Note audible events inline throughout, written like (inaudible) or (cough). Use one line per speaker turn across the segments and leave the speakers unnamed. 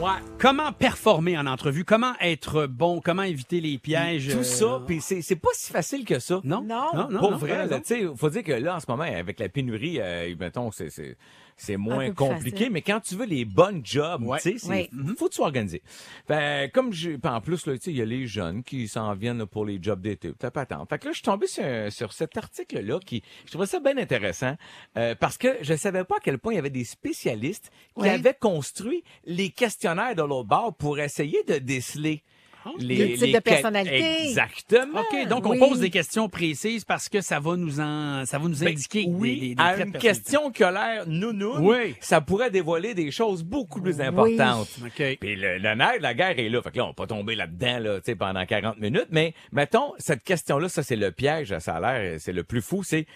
ouais, comment performer en entrevue? Comment être bon? Comment éviter les pièges?
Tout
euh,
ça, puis c'est c'est pas si facile que ça.
Non? Non. Non, non,
Pour
non, t'as
vrai,
raison.
là, tu sais, faut dire que là, en ce moment, avec la pénurie, euh, mettons, c'est- c'est c'est moins
peu plus
compliqué,
facile.
mais quand tu veux les bonnes jobs, tu sais, c'est-
Oui.
Mm-hmm.
faut que tu sois organisé. Fait, comme j'ai, puis en plus, là, tu sais, il y a les jeunes qui s'en viennent là, pour les jobs d'été. T'as pas à attendre. Fait que là, je suis tombé sur, sur cet article-là qui, je trouvais ça bien intéressant, euh, parce que je savais pas à quel point il y avait des spécialistes qui
Oui.
avaient construit les questionnaires de l'autre bord pour essayer de déceler
Ah,
les,
Les types de
quel-
personnalités.
Exactement.
OK, donc
Oui.
on pose des questions précises parce que ça va nous en, ça va nous indiquer
Ben, oui,
des- des- des
à
traits de
une
personnalité.
question qui a l'air nounoun,
Oui.
ça pourrait dévoiler des choses beaucoup plus importantes.
OK.
Puis le, le nerf de la guerre est là. Fait que là, on va pas tomber là-dedans là, tu sais, pendant 40 minutes. Mais mettons, cette question-là, ça c'est le piège, ça a l'air, euh, c'est le plus fou, c'est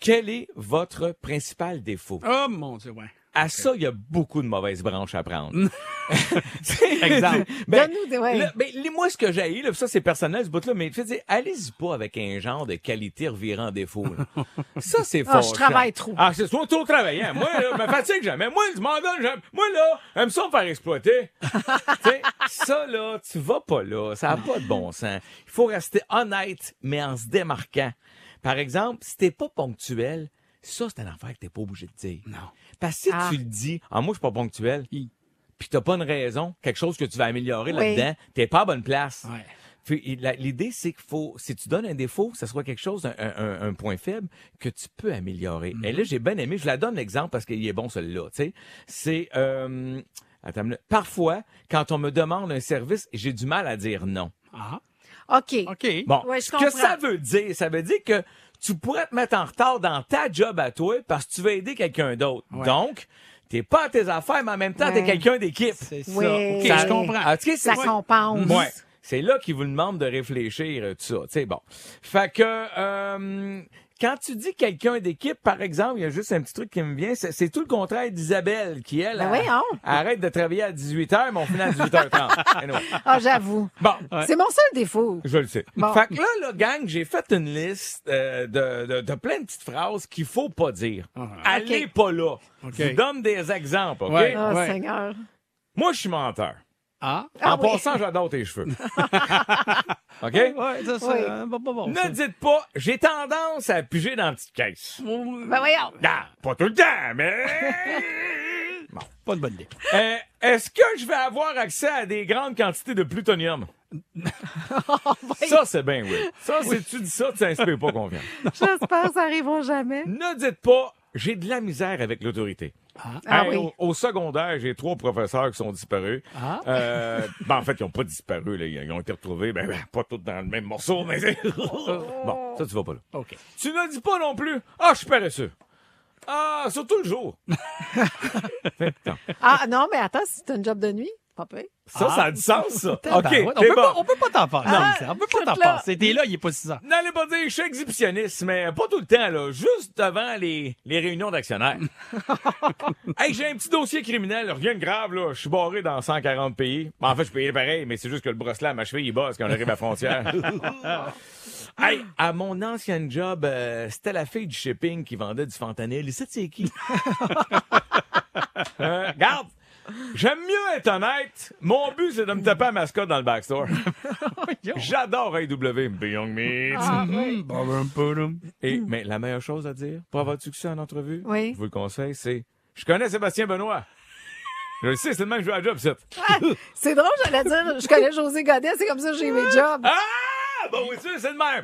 quel est votre principal défaut?
Oh mon Dieu, ouais.
À ça, il y a beaucoup de mauvaises branches
(laughs)
à prendre. (laughs)
Exemple.
Ben,
Donne-nous des- ouais.
là, ben, les- moi, ce que j'ai là, puis ça, c'est personnel, ce bout-là, mais tu sais, allez-y pas avec un genre de qualité revirant en défaut.
(laughs)
là. ça, c'est
Ah,
fort.
je travaille trop.
Ah, c'est soit trop travaillant. Moi, là, je me fatigue jamais. Moi, je m'en donne jamais. Moi, là, j'aime ça me faire
(laughs)
exploiter. Tu sais, ça, là, tu vas pas là. Ça n'a pas de bon sens. Il faut rester honnête, mais en se démarquant. Par exemple, si t'es pas ponctuel, ça, c'est une affaire que t'es pas obligé de dire. Non. Parce que si
Ah.
tu le dis, ah, moi, je suis pas ponctuel,
Hi.
puis t'as pas une raison, quelque chose que tu vas améliorer
Oui.
là-dedans, t'es pas à bonne place.
Ouais.
Puis, il- la- L'idée, c'est qu'il faut, si tu donnes un défaut, ça soit quelque chose, un, un- un point faible que tu peux améliorer. Et là, j'ai bien aimé, je la donne l'exemple parce qu'il est bon celui-là, tu sais. C'est, euh, attends, une minute. parfois, quand on me demande un service, j'ai du mal à dire non.
Ah,
OK.
OK.
Bon,
Ouais, je
ce que
comprends.
ça veut dire, ça veut dire que tu pourrais te mettre en retard dans ta job à toi parce que tu veux aider quelqu'un d'autre. Donc, t'es pas à tes affaires, mais en même temps, t'es
Ouais.
quelqu'un d'équipe.
C'est ça.
Oui.
OK,
Ça-
je comprends.
Ah, tu sais,
Ça
c'est-
compense.
Ouais. C'est là qu'il vous demande de réfléchir, euh, tout ça. Tu sais, bon. Fait que, euh, quand tu dis quelqu'un d'équipe, par exemple, il y a juste un petit truc qui me vient, c'est, c'est tout le contraire d'Isabelle, qui, elle,
Ben
elle-
voyons.
arrête de travailler à 18h, mais on finit à
(laughs)
18h30. Anyway.
(laughs)
Ah, j'avoue.
Bon.
C'est mon seul défaut.
Je le sais.
Bon.
Fait que là, là, gang, j'ai fait une liste euh, de, de, de plein de petites phrases qu'il faut pas dire. Allez
Ok.
pas là.
Ok.
Je vous donne des exemples, OK?
Ouais.
Oh,
Ouais.
Seigneur.
Moi, je suis menteur.
Ah,
Ah
en
oui.
passant, j'adore tes cheveux. OK?
ouais, ça, ça,
Oui.
euh, pas- pas bon, ça.
Ne dites pas, j'ai tendance à piger dans la petite caisse.
Ben
(laughs)
voyons.
Ah, pas tout le temps, mais...
Pas de bonne idée.
Euh, Est-ce que je vais avoir accès à des grandes quantités de plutonium? ça, c'est bien oui. Ça, si tu dis ça, tu t'inspires pas confiance.
J'espère que ça arrivera jamais.
Ne dites pas, j'ai de la misère avec l'autorité.
Ah
Hey,
oui.
au, au secondaire, j'ai trois professeurs qui sont disparus.
Ah.
Euh, ben, en fait, ils n'ont pas disparu. Là. Ils ils ont été retrouvés, ben, ben, pas tous dans le même morceau.
(laughs)
Mais... c'est- bon, ça, tu vas pas là.
OK.
Tu ne dis pas non plus, ah, je suis paresseux. Ah, surtout le jour. Fait que, non.
Ah non, mais attends, si c'est un job de nuit, pas pire.
ça, ça a du sens, ça. OK,
Ah. Tabarouette. on,
t'es
peut pas,
bon.
on peut pas t'en passer.
Ah,
ça. on peut pas t'en
écoute, là.
passer. T'es là, il est pas 600.
N'allez pas dire, je suis exhibitionniste, mais pas tout le temps, là. Juste avant les, les réunions d'actionnaires. hey, j'ai un petit dossier criminel, rien de grave, là. Je suis barré dans 140 pays. Ben, en fait, je suis payé pareil, mais c'est juste que le bracelet à ma cheville, il bosse quand on arrive à la frontière. hey, à mon ancienne job, euh, c'était la fille du shipping qui vendait du fentanyl. Et ça, c'est qui? Euh, garde! J'aime mieux être honnête. Mon but, c'est de me taper à mascotte dans le backstore. J'adore AW. Beyond Meat.
Ah.
Mm.
Et, mais la meilleure chose à dire pour avoir du succès en entrevue,
Mm. Oui.
je vous le conseille, c'est je connais Sébastien Benoît. Je le sais, c'est le même que je joue à la job, ça.
C'est drôle, j'allais dire, je connais
Ah!
José Godet, c'est comme ça que j'ai mes jobs.
Ah! Bon, oui, sûr, c'est le même.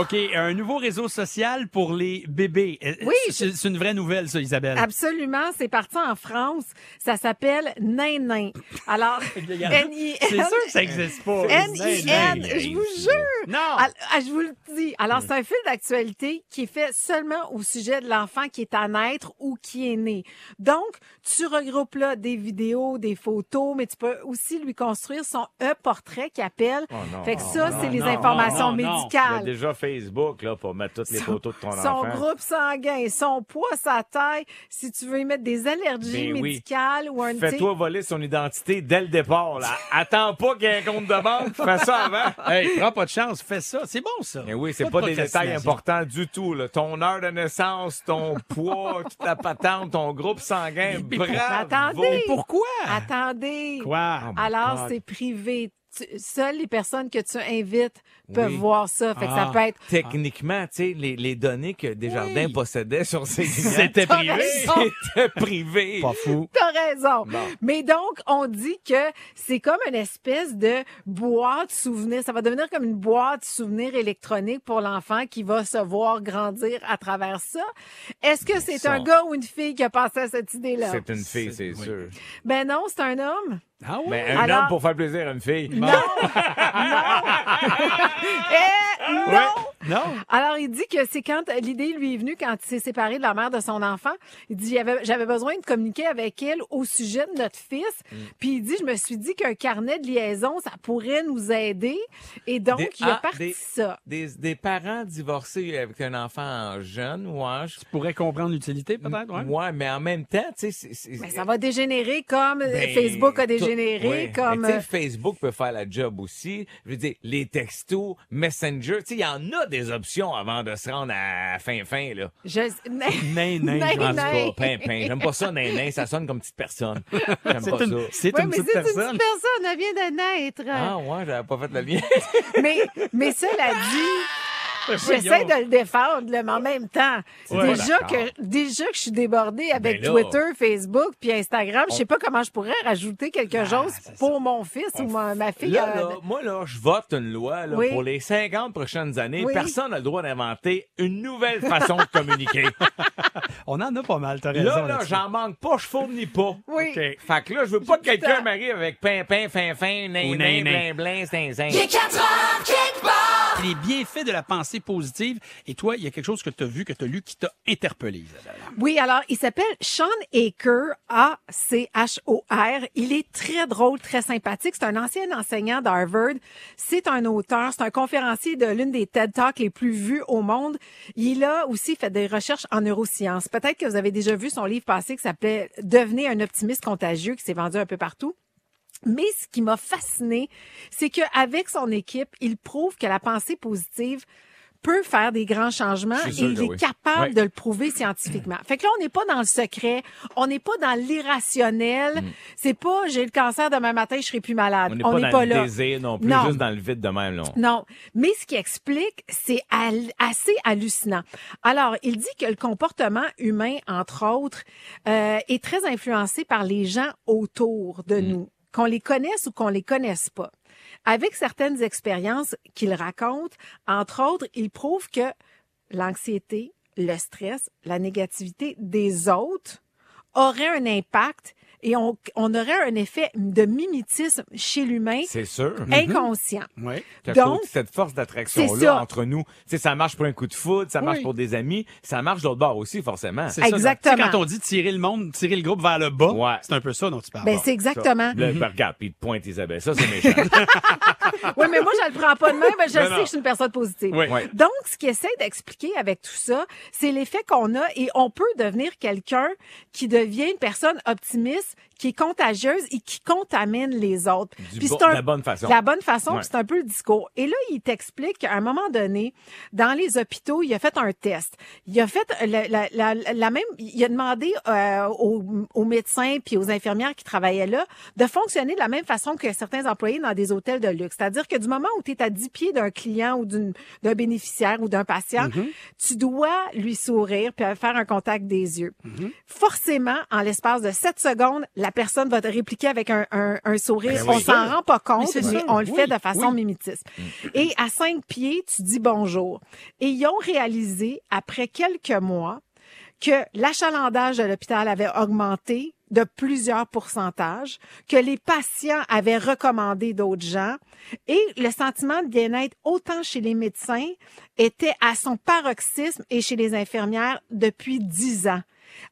OK, un nouveau réseau social pour les bébés. Euh,
Oui,
C'est c'est une vraie nouvelle, ça, Isabelle.
Absolument, c'est parti en France. Ça s'aille Nain-Nain. Alors,
(laughs) C'est
N-I-N.
sûr que ça n'existe pas.
N-I-N, je vous jure!
Non!
Ah, ah, je vous le dis.
Mm.
Alors, c'est un fil d'actualité qui est fait seulement au sujet de l'enfant qui est à naître ou qui est né. Donc, tu regroupes là des vidéos, des photos, mais tu peux aussi lui construire son e-portrait qui appelle.
Oh, non.
fait que ça, c'est les
non,
informations
non, non, non.
Il y a
médicales.
déjà Facebook là, pour mettre toutes les photos de ton
Son
enfant.
groupe sanguin, son poids, sa taille, si tu veux y mettre des allergies
Ben oui.
médicales ou un... tu sais,
Fais-toi voler son identité dès le départ. Là. Attends pas qu'il y ait un compte de banque. Fais ça avant.
(laughs)
Hey, prends pas de chance, fais ça. C'est bon, ça.
Mais oui, c'est
de
pas, des détails
procrastination.
importants du tout. là. Ton heure de naissance, ton
(laughs)
poids, toute ta patente, ton groupe sanguin. Bravo!
attendez.
Mais pourquoi?
Attendez!
Ah,
Quoi?
Alors,
Oh God.
c'est privé. Tu- seules les personnes que tu invites peuvent
Oui.
voir ça. Fait que
Ah.
ça peut être.
Techniquement, tu sais, les, les données que Desjardins
Oui.
possédait sur
(laughs)
ses clients
C'était
(laughs)
T'as
privé.
raison.
étaient privées.
Pas fou.
T'as raison.
Bon.
Mais donc, on dit que c'est comme une espèce de boîte souvenir. Ça va devenir comme une boîte souvenir électronique pour l'enfant qui va se voir grandir à travers ça. Est-ce que c'est
ça-
un gars ou une fille qui a pensé à cette idée-là?
C'est une fille, c'est
oui.
sûr.
Ben non, c'est un homme.
Ah ouais?
Mais un
Alors-
homme pour faire plaisir à une fille.
Non! non! Eh, non!
Non?
Alors, il dit que c'est quand l'idée lui est venue quand il s'est séparé de la mère de son enfant. Il dit j'avais j'avais besoin de communiquer avec elle au sujet de notre fils. Puis il dit je me suis dit qu'un carnet de liaison ça pourrait nous aider. Et donc
Des-
il a
ah,
parti
des-
ça.
Des, des parents divorcés avec un enfant jeune, ouais, je-
Pourrait comprendre l'utilité, peut-être, ouais?
ouais, mais en même temps, tu sais, c'est- c'est-
Mais ça va dégénérer comme euh,
Ben,
Facebook a
tout-
dégénéré,
ouais.
comme euh,
Mais tu sais, Facebook peut faire la job aussi. Je veux dire, les textos, Messenger, tu sais, il y en a des options avant de se rendre à fin-fin, là.
euh, je. (laughs)
Nain, nain,
Nain,
je
En
pense.
tout cas, pimpin. J'aime pas ça, nain, ça sonne comme petite personne. J'aime pas
C'est une,
ça.
c'est
Oui,
une
mais c'est
petite
une petite
personne.
personne, elle vient de naître.
Ah ouais, j'avais pas fait le lien.
Mais, mais cela dit, j'essaie de le défendre, là, mais en même temps,
Ah! Ben, Ouais,
déjà,
d'accord.
que, déjà que je suis débordée avec
Ben là,
Twitter, Facebook puis Instagram, je sais pas comment je pourrais rajouter
Ah,
quelque chose pour mon fils ou ma, ma fille.
Là,
euh,
là, moi, là, je vote une loi là,
Oui.
pour les 50 prochaines années.
Oui.
Personne n'a le droit d'inventer une nouvelle façon de communiquer. (laughs)
On en a pas mal, t'as raison.
là, là,
là-dessus.
j'en manque pas, je fournis pas.
Oui.
OK. Fait que là, je veux pas que quelqu'un m'arrive avec pimpin, fin, fin,
Ou
nain,
nain,
nain,
nain.
blin, blin, zin, zin.
Les 4 heures kickball.
Les bienfaits de la pensée positive. Et toi, il y a quelque chose que t'as vu, que t'as lu, qui t'a interpellé, Isabelle.
Oui, alors, il s'appelle Sean Aker, A-C-H-O-R. Il est très drôle, très sympathique. C'est un ancien enseignant d'Harvard. C'est un auteur, c'est un conférencier de l'une des TED Talks les plus vues au monde. Il a aussi fait des recherches en neurosciences. Peut-être que vous avez déjà vu son livre passé qui s'appelait Devenez un optimiste contagieux, qui s'est vendu un peu partout. Mais ce qui m'a fasciné, c'est qu'avec son équipe, il prouve que la pensée positive peut faire des grands changements
Je
et
suis sûr
il
que
est
oui.
capable
Ouais.
de le prouver scientifiquement. Fait que là, on n'est pas dans le secret, on n'est pas dans l'irrationnel. C'est pas j'ai le cancer demain matin, je serai plus malade.
Mm. On n'est pas
On n'est
dans
pas,
le
là.
désir non plus,
Non.
juste dans le vide de même, là.
Non, mais ce qui explique, c'est hal- assez hallucinant. Alors, il dit que le comportement humain, entre autres, euh, est très influencé par les gens autour de nous, qu'on les connaisse ou qu'on les connaisse pas. Avec certaines expériences qu'il raconte, entre autres, il prouve que l'anxiété, le stress, la négativité des autres auraient un impact et on, on aurait un effet de mimétisme chez l'humain
C'est sûr.
inconscient.
Oui.
Puis à
Donc,
cause de cette force
c'est
d'attraction-là
ça.
entre nous, tu sais, ça marche pour un coup de foudre, ça marche
Oui.
pour des amis, ça marche de l'autre bord aussi, forcément.
C'est ça,
Exactement.
donc, tu sais, quand on dit tirer le monde, tirer le groupe vers le bas,
Ouais.
c'est un peu ça dont tu
Ah
parles.
Ben,
Bon.
c'est exactement.
Là, ben, regarde, puis il te pointe Isabelle,
(laughs)
ça c'est méchant.
Oui, mais moi, je le prends pas de même, mais je
Non,
sais
non.
que je suis une personne positive.
Oui. Ouais.
Donc, ce qu'il essaie d'expliquer avec tout ça, c'est l'effet qu'on a et on peut devenir quelqu'un qui devient une personne optimiste, qui est contagieuse et qui contamine les autres.
Du
Puis
bon-
c'est un-
de la bonne façon.
De la bonne façon,
Ouais.
puis c'est un peu le discours. Et là, il t'explique qu'à un moment donné, dans les hôpitaux, il a fait un test. Il a fait la, la- la- la même, il a demandé euh, aux, aux médecins puis aux infirmières qui travaillaient là de fonctionner de la même façon que certains employés dans des hôtels de luxe. C'est-à-dire que du moment où tu es à 10 pieds d'un client ou d'une- d'un bénéficiaire ou d'un patient,
Mm-hmm.
tu dois
Mm-hmm.
lui sourire puis faire un contact des yeux. Forcément, en l'espace de 7 secondes, la la personne va te répliquer avec un, un- un sourire.
Ben oui.
On s'en rend pas compte,
Mais c'est
mais
sûr.
on le fait
Oui,
de façon
oui. Mm.
mimétisme. Et à cinq pieds, tu dis bonjour. Et ils ont réalisé, après quelques mois, que l'achalandage de l'hôpital avait augmenté de plusieurs pourcentages, que les patients avaient recommandé d'autres gens et le sentiment de bien-être autant chez les médecins était à son paroxysme et chez les infirmières depuis dix ans.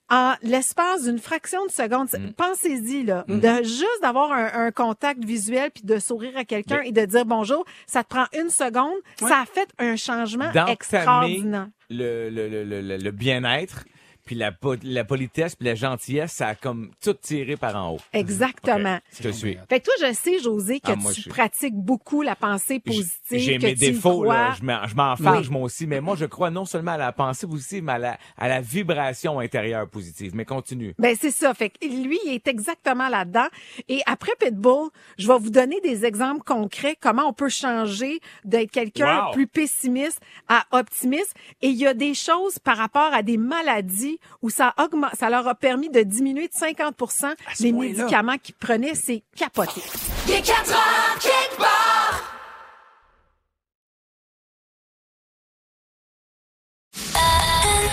En l'espace d'une fraction de seconde, c'est- pensez-y là, de juste d'avoir un, un contact visuel puis de sourire à quelqu'un et de dire bonjour, ça te prend une seconde, ça a fait un changement
d'entamer
extraordinaire.
le, le, le, le, le- le bien-être, puis la, po- la politesse, puis la gentillesse, ça a comme tout tiré par en haut.
Exactement.
Je te suis.
Fait que toi, je sais, José, que
Ah, moi,
tu
je-
pratiques beaucoup la pensée positive.
J'ai
que
mes
tu y
défauts, là.
crois.
Je m'en- je m'en fâche, moi aussi. Mais moi, je crois non seulement à la pensée mais aussi, mais à la, à la vibration intérieure positive. Mais continue.
Ben c'est ça. Fait que lui, il est exactement là-dedans. Et après Pitbull, je vais vous donner des exemples concrets comment on peut changer d'être quelqu'un
Wow.
plus pessimiste à optimiste. Et il y a des choses par rapport à des maladies où ça augmente, ça leur a permis de diminuer de 50% les médicaments qu'ils prenaient. C'est capoté.
Il est 4 heures, quelque part.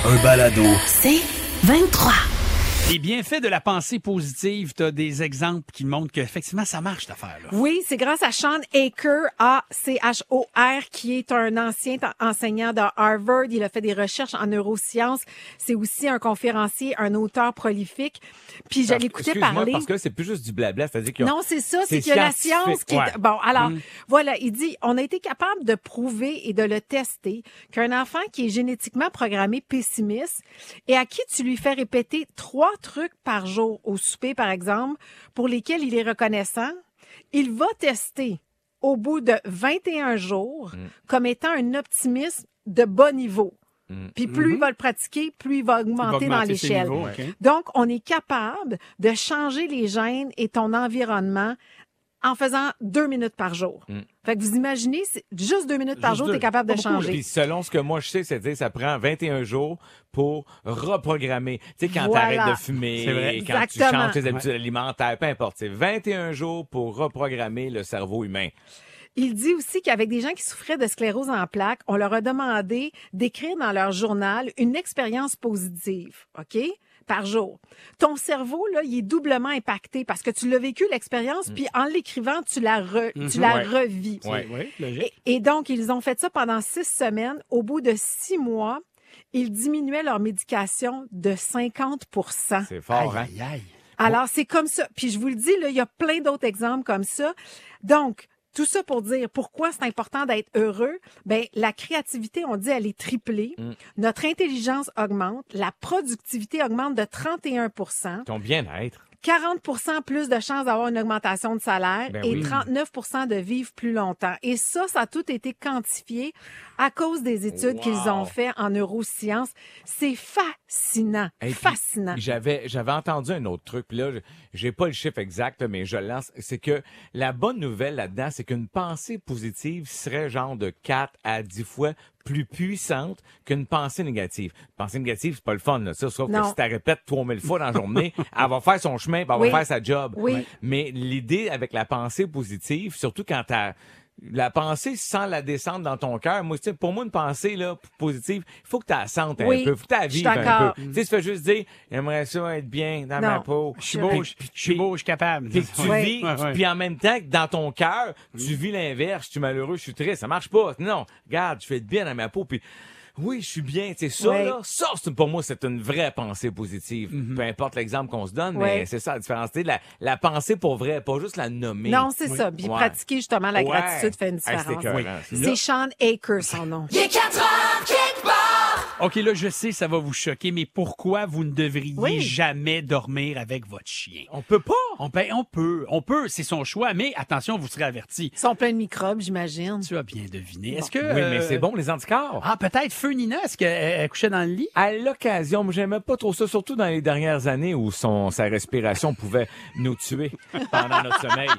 Un balado.
C'est 23.
Les bienfaits de la pensée positive, tu as des exemples qui montrent qu'effectivement, ça marche, cette affaire-là.
Oui, c'est grâce à Sean Aker, A-C-H-O-R, qui est un ancien t- enseignant de Harvard. Il a fait des recherches en neurosciences. C'est aussi un conférencier, un auteur prolifique. Puis je
Ah,
l'écoutais
Excuse-moi,
parler.
Parce que c'est plus juste du blabla, c'est-à-dire que
Non, c'est ça,
c'est
c'est qu'il y a la
scientifique,
science qui est...
ouais.
Bon, alors, voilà, il dit, on a été capable de prouver et de le tester qu'un enfant qui est génétiquement programmé pessimiste et à qui tu lui fais répéter trois trucs par jour au souper, par exemple, pour lesquels il est reconnaissant, il va tester au bout de 21 jours comme étant un optimiste de bas niveau. Puis plus il va le pratiquer, plus il va augmenter, dans
augmenter ses
l'échelle.
niveaux, ok.
Donc, on est capable de changer les gènes et ton environnement en faisant deux minutes par jour.
Mm.
Fait que vous imaginez, c'est juste deux minutes par
Juste
jour, tu
deux.
es capable de changer.
Puis selon ce que moi je sais, c'est-à-dire ça prend 21 jours pour reprogrammer. Tu sais, quand
Voilà.
t'arrêtes de fumer,
C'est vrai.
quand
Exactement.
tu changes tes habitudes alimentaires, peu importe. C'est 21 jours pour reprogrammer le cerveau humain.
Il dit aussi qu'avec des gens qui souffraient de sclérose en plaques, on leur a demandé d'écrire dans leur journal une expérience positive, OK? Par jour. Ton cerveau, là, il est doublement impacté parce que tu l'as vécu, l'expérience, puis en l'écrivant, tu la, re- tu la
Mm. Mhm. Ouais.
revis.
Ouais.
Et, et donc, ils ont fait ça pendant six semaines. Au bout de six mois, ils diminuaient leur médication de 50
C'est fort, hein?
alors, c'est comme ça. Puis je vous le dis, là, il y a plein d'autres exemples comme ça. Donc, tout ça pour dire pourquoi c'est important d'être heureux. Ben, la créativité, on dit, elle est triplée. Notre intelligence augmente. La productivité augmente de 31
Ton bien-être.
40 plus de chances d'avoir une augmentation de salaire
Ben
et
oui.
39 de vivre plus longtemps. Et ça, ça a tout été quantifié à cause des études
Wow.
qu'ils ont fait en neurosciences. C'est fascinant,
Hey, puis
fascinant.
J'avais, j'avais entendu un autre truc, puis là, je- j'ai pas le chiffre exact, là, mais je le lance. C'est que la bonne nouvelle là-dedans, c'est qu'une pensée positive serait genre de 4 à 10 fois plus puissante qu'une pensée négative. Une pensée négative, c'est pas le fun, là. Ça, sauf
Non.
que si tu répètes 3000 fois dans la journée,
(laughs)
elle va faire son chemin, puis elle
Oui.
va faire sa job.
Oui.
Mais l'idée avec la pensée positive, surtout quand t'as la pensée sans la descendre dans ton cœur, moi, tu sais, pour moi, une pensée là, positive, il faut que tu la sentes un
Oui.
peu, faut que tu la
Je suis
vives un
d'accord.
peu. Tu sais, tu fais juste dire, j'aimerais ça être bien dans ma
Mm. Non.
peau.
Je suis beau,
Puis-
je
puis-
je suis beau, je suis capable.
Puis que tu
Ouais.
vis,
Ouais, Mm. ouais.
puis en même temps, que dans ton cœur, tu vis l'inverse. Je suis malheureux, je suis triste, ça marche pas. Non, regarde, je fais de bien dans ma peau, puis oui, je suis bien. Tu sais, ça,
Ouais.
là, ça, c'est- pour moi, c'est une vraie pensée positive.
Mm-hmm.
Peu importe l'exemple qu'on se donne, mais
Ouais.
c'est ça la différence. Tu sais, La, la pensée pour vrai, pas juste la nommer.
Non, c'est ça. Puis
Ouais.
pratiquer justement la
Ouais.
gratitude fait une
Hey, c'est
différence.
écœurant,
Oui.
c'est
c'est Sean Aker, son nom.
Il est 4 heures, quelque part.
OK, là, je sais, ça va vous choquer, mais pourquoi vous ne devriez
Oui.
jamais dormir avec votre chien?
On peut pas.
On, ben, on peut, on peut, c'est son choix, mais attention, vous serez averti.
Ils sont pleins de microbes, j'imagine.
Tu as bien deviné. Est-ce que.
Oui, mais
euh,
c'est bon, les anticorps.
Ah, peut-être feu Nina, est-ce qu'elle elle couchait dans le lit?
À l'occasion, moi, j'aimais pas trop ça, surtout dans les dernières années où son, sa respiration pouvait nous tuer pendant notre sommeil.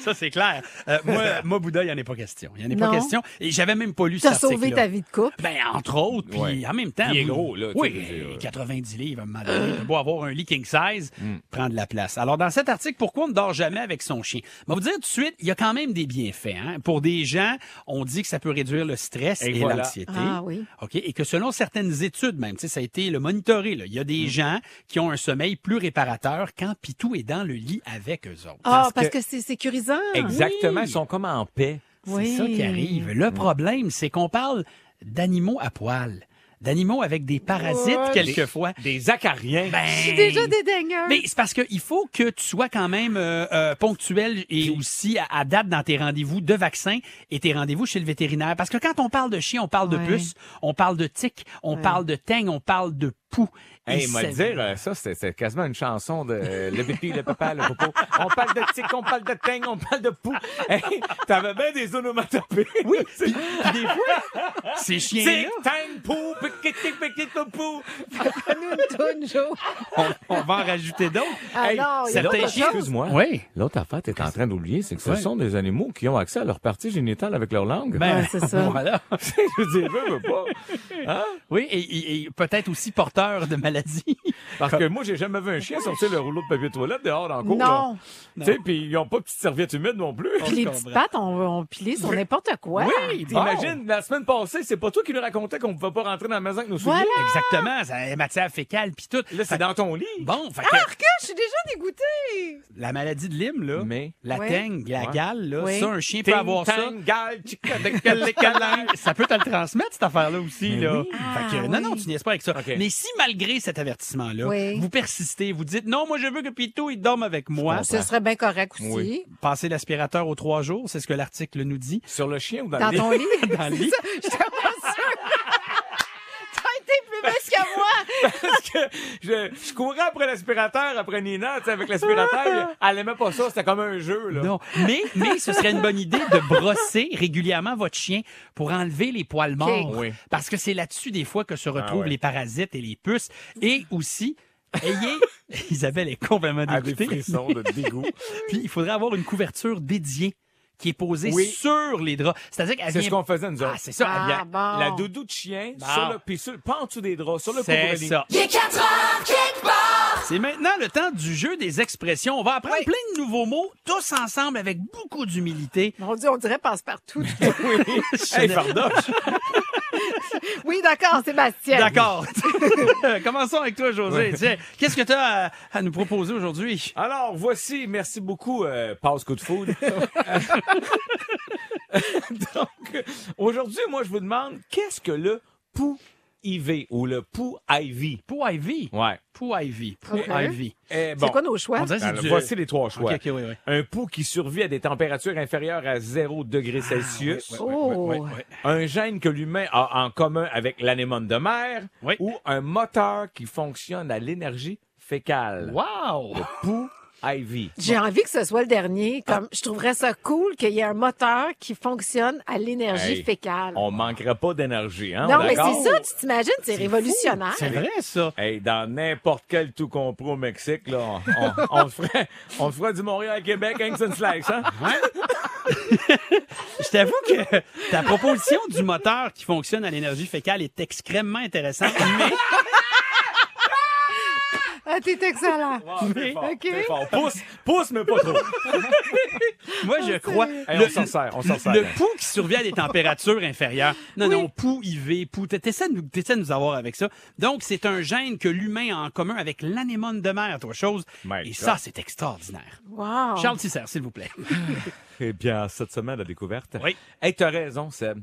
Ça, c'est clair. Euh, (laughs) moi, moi, Bouddha, il n'y en est pas question. Il n'y en est
Non.
pas question. Et j'avais même pas lu
T'as
cet
sauvé
article-là.
ta vie de couple.
Ben, entre autres, puis
Ouais.
en même temps.
Il est
vous-
gros, là, tu
Oui,
sais, je veux dire.
90 livres, à un moment donné. t'as beau avoir un lit king size,
Mm.
prendre la place. Alors, dans cet article, pourquoi on ne dort jamais avec son chien? Je vais vous dire tout de suite, il y a quand même des bienfaits. hein. Pour des gens, on dit que ça peut réduire le stress
Et
et,
voilà.
l'anxiété.
Ah oui.
OK? Et que selon certaines études même, tu sais, ça a été le monitoré, là, il y a
Mm.
des gens qui ont un sommeil plus réparateur quand Pitou est dans le lit avec eux autres.
Ah,
Parce
parce
que-
que c'est sécurisant.
Exactement,
Oui.
ils sont comme en paix.
C'est ça qui arrive. Le problème, c'est qu'on parle d'animaux à poil, d'animaux avec des parasites
Ouais,
quelquefois.
Des acariens.
Ben,
Je suis déjà dédaigneuse.
mais c'est parce qu'il faut que tu sois quand même euh, euh, ponctuel et aussi à, à date dans tes rendez-vous de vaccins et tes rendez-vous chez le vétérinaire. Parce que quand on parle de chien, on parle
Ouais.
de puce, on parle de tic, on parle de teigne, on parle de poux. Et
Hey, m'a
ça-
dire, euh, ça, c'est c'est quasiment une chanson de euh, le pipi, le papa, le popo. On parle de tic, on parle de teigne, on parle de pou. Hey, t'avais bien des onomatopées. Oui, (laughs) c'est
Puis des fois, (laughs) ces chiens-là...
tic, teigne, pou, piquet, tic, piquet, tout, pou.
Fais-nous une toune, Joe.
On, on va en rajouter d'autres.
Hey,
Alors, il y a
certains
d'autres
chiens-
choses.
Excuse-moi.
Oui.
L'autre affaire, t'es en train d'oublier, c'est que ce
Ouais.
sont des animaux qui ont accès à leur partie génitale avec leur langue. (laughs)
Ben,
Ouais, c'est ça.
voilà.
je veux dire, veux, veux pas.
Oui, et, et- et peut-être aussi porteur de maladies.
Parce que moi, j'ai jamais vu un chien sortir le rouleau de papier toilette dehors dans le cours. là.
Non.
Tu sais, puis ils ont pas de petite serviette humide non plus.
Oh.
Puis les petites pattes ont, ont pilé sur n'importe quoi. Ah,
Oui, (laughs) t'imagines, la semaine passée, c'est pas toi qui nous racontais qu'on pouvait pas rentrer dans la maison avec nos souliers.
Voilà.
Exactement, ça, matière fécale puis tout.
Là, c'est
Fait-
dans Ah! ton lit.
Bon, fait que
Marc, je suis déjà dégoûtée.
la maladie de Lyme là,
Mais-
la
Ouais.
teigne, la
Ouais.
gale là,
Oui.
ça un chien peut avoir ça. ça peut te le transmettre, cette affaire-là aussi.
Mais
là.
oui.
Fait que,
Ah,
non,
oui.
non, tu niaises pas avec ça.
OK.
Mais si malgré cet avertissement-là,
Oui.
vous persistez, vous dites non, moi je veux que Pito il dorme avec moi.
Ce serait bien correct aussi.
Oui.
Passer l'aspirateur aux trois jours, c'est ce que l'article nous dit.
Sur le chien ou dans,
Dans
le lit?
ton lit.
(laughs) Dans le lit.
C'est ça, J'étais pas sûre.
(laughs)
T'as été plus bête qu'à moi.
Parce que je, je courais après l'aspirateur, après Nina, tu sais, avec
(laughs)
l'aspirateur. puis Elle aimait pas ça, c'était comme un jeu, là.
Non, mais, mais ce serait une bonne idée de brosser régulièrement votre chien pour enlever les poils morts.
Oui. Ah
Parce que c'est là-dessus, des fois, que se retrouvent
ouais.
les parasites et les puces. Et aussi, ayez... (laughs) Isabelle est complètement
Avec Ah, des
dégoûtée.
frissons de
(laughs)
dégoût.
Puis il faudrait avoir une couverture dédiée qui est posée
Oui.
sur les draps. C'est-à-dire qu'elle
C'est ce
vient...
qu'on faisait, nous autres.
Ah, c'est ça. elle
Ah,
vient-
bon.
La doudou de chien,
Bon.
sur le, puis sur- pas en dessous des draps, sur le
C'est
couvre-lit. (laughs)
ça.
Il est 4 heures, kickbar!
C'est maintenant le temps du jeu des expressions. On va apprendre plein de nouveaux mots, tous ensemble, avec beaucoup d'humilité.
Mon Dieu, on
(laughs)
dirait passe-partout.
Hey, pardon.
Oui, d'accord, Sébastien.
D'accord. (laughs) Commençons avec toi, José. Tiens, qu'est-ce que tu as à, à nous proposer aujourd'hui?
(laughs) Alors, voici, merci beaucoup, euh, passe coup
(laughs)
de foudre. (laughs) Donc, euh, aujourd'hui, moi, je vous demande, qu'est-ce que le pou IV ou le pou IV?
Pour Ivy.
Ouais.
Pour Ivy. Pour
Ok.
Ivy.
Eh,
C'est
bon.
quoi nos choix?
On dirait que c'est
Alors,
du...
Voici les trois
OK,
choix.
OK, oui, oui.
Un pou qui survit à des températures inférieures à 0 degré Celsius.
Oh.
Ah, Oui, oui.
Un gène que l'humain a en commun avec l'anémone de mer.
Oui.
Ou un moteur qui fonctionne à l'énergie fécale.
Wow!
Pou IV.
J'ai envie que ce soit le dernier.
Ah.
Comme je trouverais ça cool qu'il y ait un moteur qui fonctionne à l'énergie
Hey,
fécale.
On manquera pas d'énergie, hein?
Non, mais
d'accord?
c'est ça, tu t'imagines, c'est révolutionnaire.
C'est vrai, ça.
Hey, dans n'importe quel tout compris au Mexique, là, on, on, on ferait, on ferait du Montréal à Québec, Hanks and Slice, hein? (laughs)
Je t'avoue que (laughs) ta proposition du moteur qui fonctionne à l'énergie fécale est extrêmement
(laughs)
intéressante, mais...
Ah, t'es excellent.
C'est fort,
OK.
c'est fort. Pousse, pousse, mais pas trop.
(laughs) Moi,
Ah,
je crois.
Hey, on s'en sert, on s'en sert. hein.
Le pou qui survient à des températures inférieures. Non, non, pou IV, pou. T'essaies de, nous- t'essaies de nous avoir avec ça. Donc, c'est un gène que l'humain a en commun avec l'anémone de mer, trois choses.
My
Et
God.
ça, c'est extraordinaire.
Wow.
Charles Tisser, s'il vous plaît.
Eh bien, cette semaine, la découverte.
Oui.
Hey, t'as raison, Seb.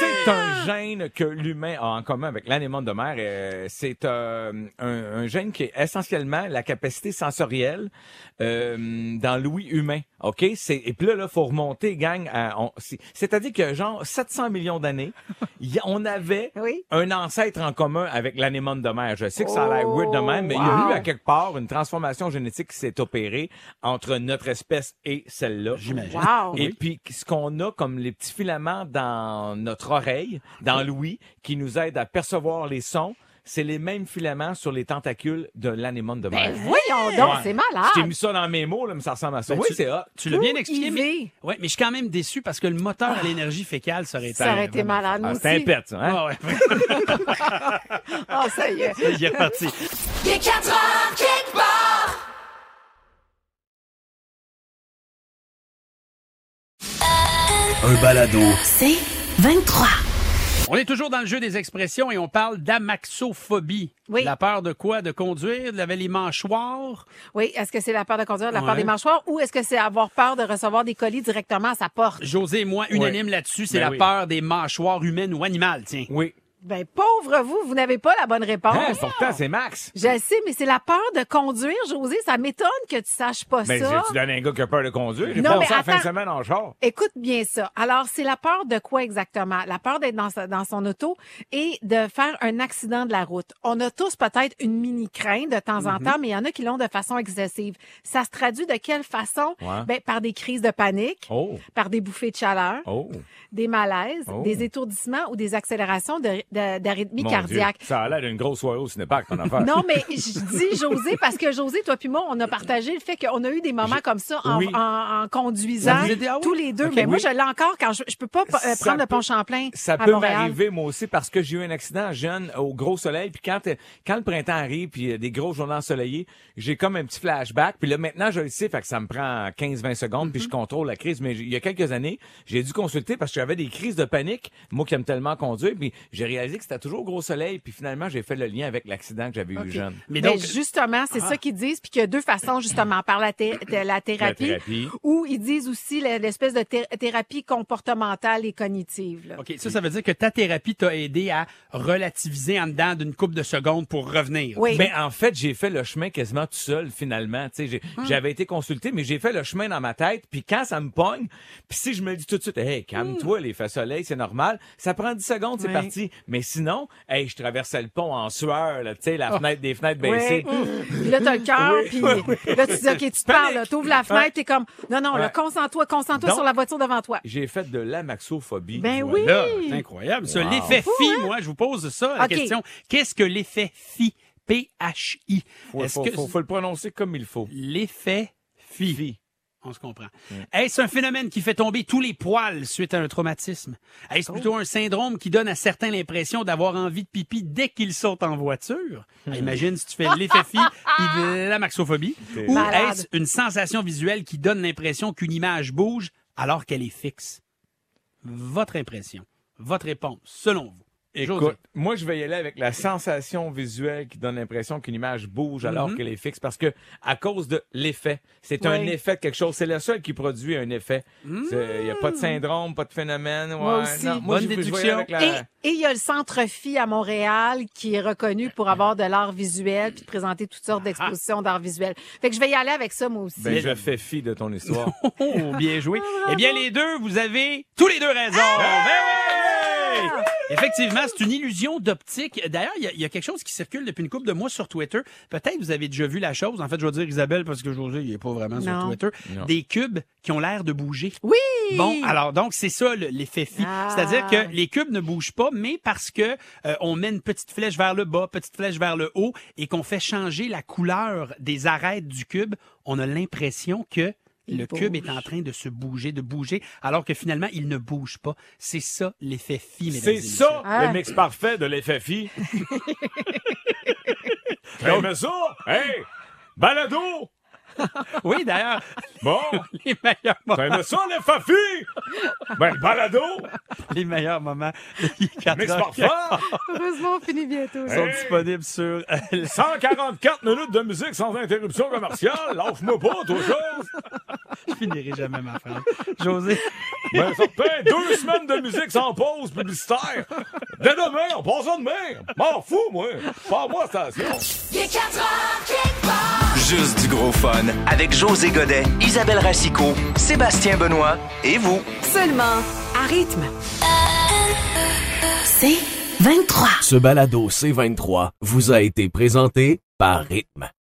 C'est un gène que l'humain a en commun avec l'anémone de mer. Euh, c'est euh, un, un gène qui est essentiellement la capacité sensorielle euh, dans l'ouïe humain. OK? C'est, et puis là, là, faut remonter, gang. à- on- c'est- c'est-à-dire que, genre, 700 millions d'années, y a- on avait
Oui.
un ancêtre en commun avec l'anémone de mer. Je sais que ça a l'air
Oh,
weird de même, mais il y a
wow.
eu à quelque part une transformation génétique qui s'est opérée entre notre espèce et celle-là.
J'imagine.
Wow.
Et puis ce qu'on a comme les petits filaments dans notre oreille, dans l'ouïe, qui nous aident à percevoir les sons, c'est les mêmes filaments sur les tentacules de l'anémone de mer.
Ben voyons donc,
Ouais.
c'est
Je t'ai mis
malade.
ça dans mes mots, là, mais ça ressemble à ça.
Ben,
oui,
tu-
c'est hot.
Tu l'as bien expliqué,
IV.
mais... Ouais, mais je suis quand même déçu parce que le moteur à l'énergie fécale serait
Ça aurait été malade, moi
Ah,
aussi.
c'est un pet, ça. Hein?
Ah ouais, (laughs)
Ah, ça y est.
il est reparti.
des 4 heures kickbox.
un balado,
C'est 23.
On est toujours dans le jeu des expressions et on parle d'amaxophobie.
Oui.
La peur de quoi? De conduire, de laver les mâchoires.
Oui, est-ce que c'est la peur de conduire, la
Ouais.
peur des mâchoires, ou est-ce que c'est avoir peur de recevoir des colis directement à sa porte?
José et moi, unanime là-dessus, c'est
Ben
la
oui.
peur des mâchoires humaines ou animales, tiens.
Oui.
Ben, pauvre vous, vous n'avez pas la bonne réponse.
Hein, pourtant, c'est Max.
Je le sais, mais c'est la peur de conduire, José. Ça m'étonne que tu saches pas
Mais
ça.
tu donnes un gars qui a peur de conduire. J'ai
Non, mais
pensé à la fin de
attends.
semaine en char.
Écoute bien ça. Alors, c'est la peur de quoi exactement? La peur d'être dans, sa- dans son auto et de faire un accident de la route. On a tous peut-être une mini crainte de temps
Mhm.
en temps, mais il y en a qui l'ont de façon excessive. Ça se traduit de quelle façon?
Ouais.
Ben, par des crises de panique,
Oh.
par des bouffées de chaleur,
Oh.
des malaises,
Oh.
des étourdissements ou des accélérations de- de- d'arythmie
Mon
cardiaque.
Dieu. Ça a l'air d'une grosse soirée au cinépark, ton affaire. (laughs)
Non, mais je dis José parce que José, toi puis moi, on a partagé le fait qu'on a eu des moments comme ça en,
Oui.
en- en conduisant
Vous étiez- ah oui?
tous les deux.
Ok,
mais moi,
oui.
je l'ai encore quand je, je peux pas euh,
Ça
prendre le
peut-
pont Champlain
Ça
à
peut
Montréal.
m'arriver, moi aussi, parce que j'ai eu un accident jeune au gros soleil. Puis quand, euh, quand le printemps arrive, puis euh, des grosses journées ensoleillées, j'ai comme un petit flashback. Puis là, maintenant, je le sais, fait que ça me prend 15-20 secondes, puis je
Mhm.
contrôle la crise. Mais j- il y a quelques années, j'ai dû consulter parce que j'avais des crises de panique, moi qui aime tellement conduire. Puis j'ai réalisé que c'était toujours au gros soleil. Puis finalement, j'ai fait le lien avec l'accident que j'avais eu
Ok.
jeune.
Mais
Mais
donc-
justement,
ah.
c'est ça qu'ils disent, puis qu'il y a deux façons justement par la, thé- thé- la thérapie,
thérapie.
ou ils disent aussi la- l'espèce de thé- thérapie comportementale et cognitive. là.
OK, ça, ça veut dire que ta thérapie t'a aidé à relativiser en dedans d'une coupe de secondes pour revenir.
Oui.
Mais en fait, j'ai fait le chemin quasiment tout seul finalement. Tu sais, j'ai-
Hmm.
J'avais été consulté, mais j'ai fait le chemin dans ma tête. Puis quand ça me pogne, puis si je me dis tout de suite, hey, calme-toi, les feux soleil, c'est normal. Ça prend 10 secondes, c'est
Hmm. Oui.
parti. Mais sinon, hey, je traversais le pont en sueur, là, tu sais,
Oh.
la fenêtre des fenêtres
Ouais.
baissées.
Puis là, t'as le cœur, puis là, tu dis, OK, tu te parles, là, t'ouvres la fenêtre, t'es comme, non, non, là,
Ouais.
concentre-toi, concentre-toi
Donc-
sur la voiture devant toi.
J'ai fait de l'amaxophobie. voilà.
Ben oui! hein?
Là, c'est incroyable. Ça, l'effet phi, moi, je vous pose ça, la
OK.
question. Qu'est-ce que l'effet phi? P-H-I.
Faut,
Est-ce
faut-
que
faut- faut le prononcer comme il faut.
l'effet phi?
Phi.
On se comprend. Est-ce un phénomène qui fait tomber tous les poils suite à un traumatisme? Est-ce plutôt un syndrome qui donne à certains l'impression d'avoir envie de pipi dès qu'ils sont en voiture? Imagine si tu fais l'effet phi puis de la maxophobie. Ou
Malade.
est-ce une sensation visuelle qui donne l'impression qu'une image bouge alors qu'elle est fixe? Votre impression, votre réponse, selon vous.
Écoute,
José.
moi, je vais y aller avec la sensation visuelle qui donne l'impression qu'une image bouge alors
Mhm.
qu'elle est fixe parce que, à cause de l'effet, c'est un
Ouais. Mm.
effet de quelque chose. C'est le seul qui produit un effet. Il n'y a pas de syndrome, pas de phénomène.
Moi
ouais,
aussi.
non, moi,
Bonne
je- je vais y aller
déduction.
avec la- Ben,
Et et il y a le Centre Phi à Montréal qui est reconnu
Ah.
pour avoir de l'art visuel puis de présenter toutes sortes d'expositions d'art visuel. Fait que je vais y aller avec ça, moi aussi.
Ben, je fais fi de ton histoire.
(laughs)
Oh, bien
Ah,
joué. Eh bien, les deux, vous avez tous les deux raison. Ben oui!
Ah!
Effectivement, c'est une illusion d'optique. D'ailleurs, il y a- il y, a quelque chose qui circule depuis une couple de mois sur Twitter. Peut-être vous avez déjà vu la chose. En fait, je vais dire Isabelle parce que José, il est pas vraiment sur
Non.
Twitter.
Non.
Des cubes qui ont l'air de bouger.
Oui!
Bon, alors donc c'est ça le- l'effet phi,
Ah.
c'est-à-dire que les cubes ne bougent pas, mais parce que euh, on met une petite flèche vers le bas, petite flèche vers le haut, et qu'on fait changer la couleur des arêtes du cube, on a l'impression que
Il
le cube
bouge.
est en train de se bouger, de bouger, alors que finalement il ne bouge pas. C'est ça l'effet phi, mesdames et
C'est
messieurs.
ça, le
Ah.
mix parfait de l'effet
(laughs)
fi. hey, mais ça, hey, balado,
Oui,
(laughs)
d'ailleurs,
(laughs)
bon,
les meilleurs moments,
t'aimes ça l'effet fi? Ben, le balado,
les meilleurs moments, des
mix
quatre heures
parfait.
Heureusement, on finit bientôt.
sont disponibles sur euh, (laughs)
144 minutes de musique sans interruption commerciale. Lâche-moi pas, toi, chose.
Je finirai jamais ma phrase. José,
Ben, ça fait deux semaines de musique sans pause publicitaire. Dès demain, on passe en demain. M'en fous, moi. Pas moi, station.
Il est 4 heures, quelque part.
Juste du gros fun avec José Godet, Isabelle Racicot, Sébastien Benoît et vous.
Seulement à rythme. C'est 23.
Ce balado C23 vous a été présenté par Rythme.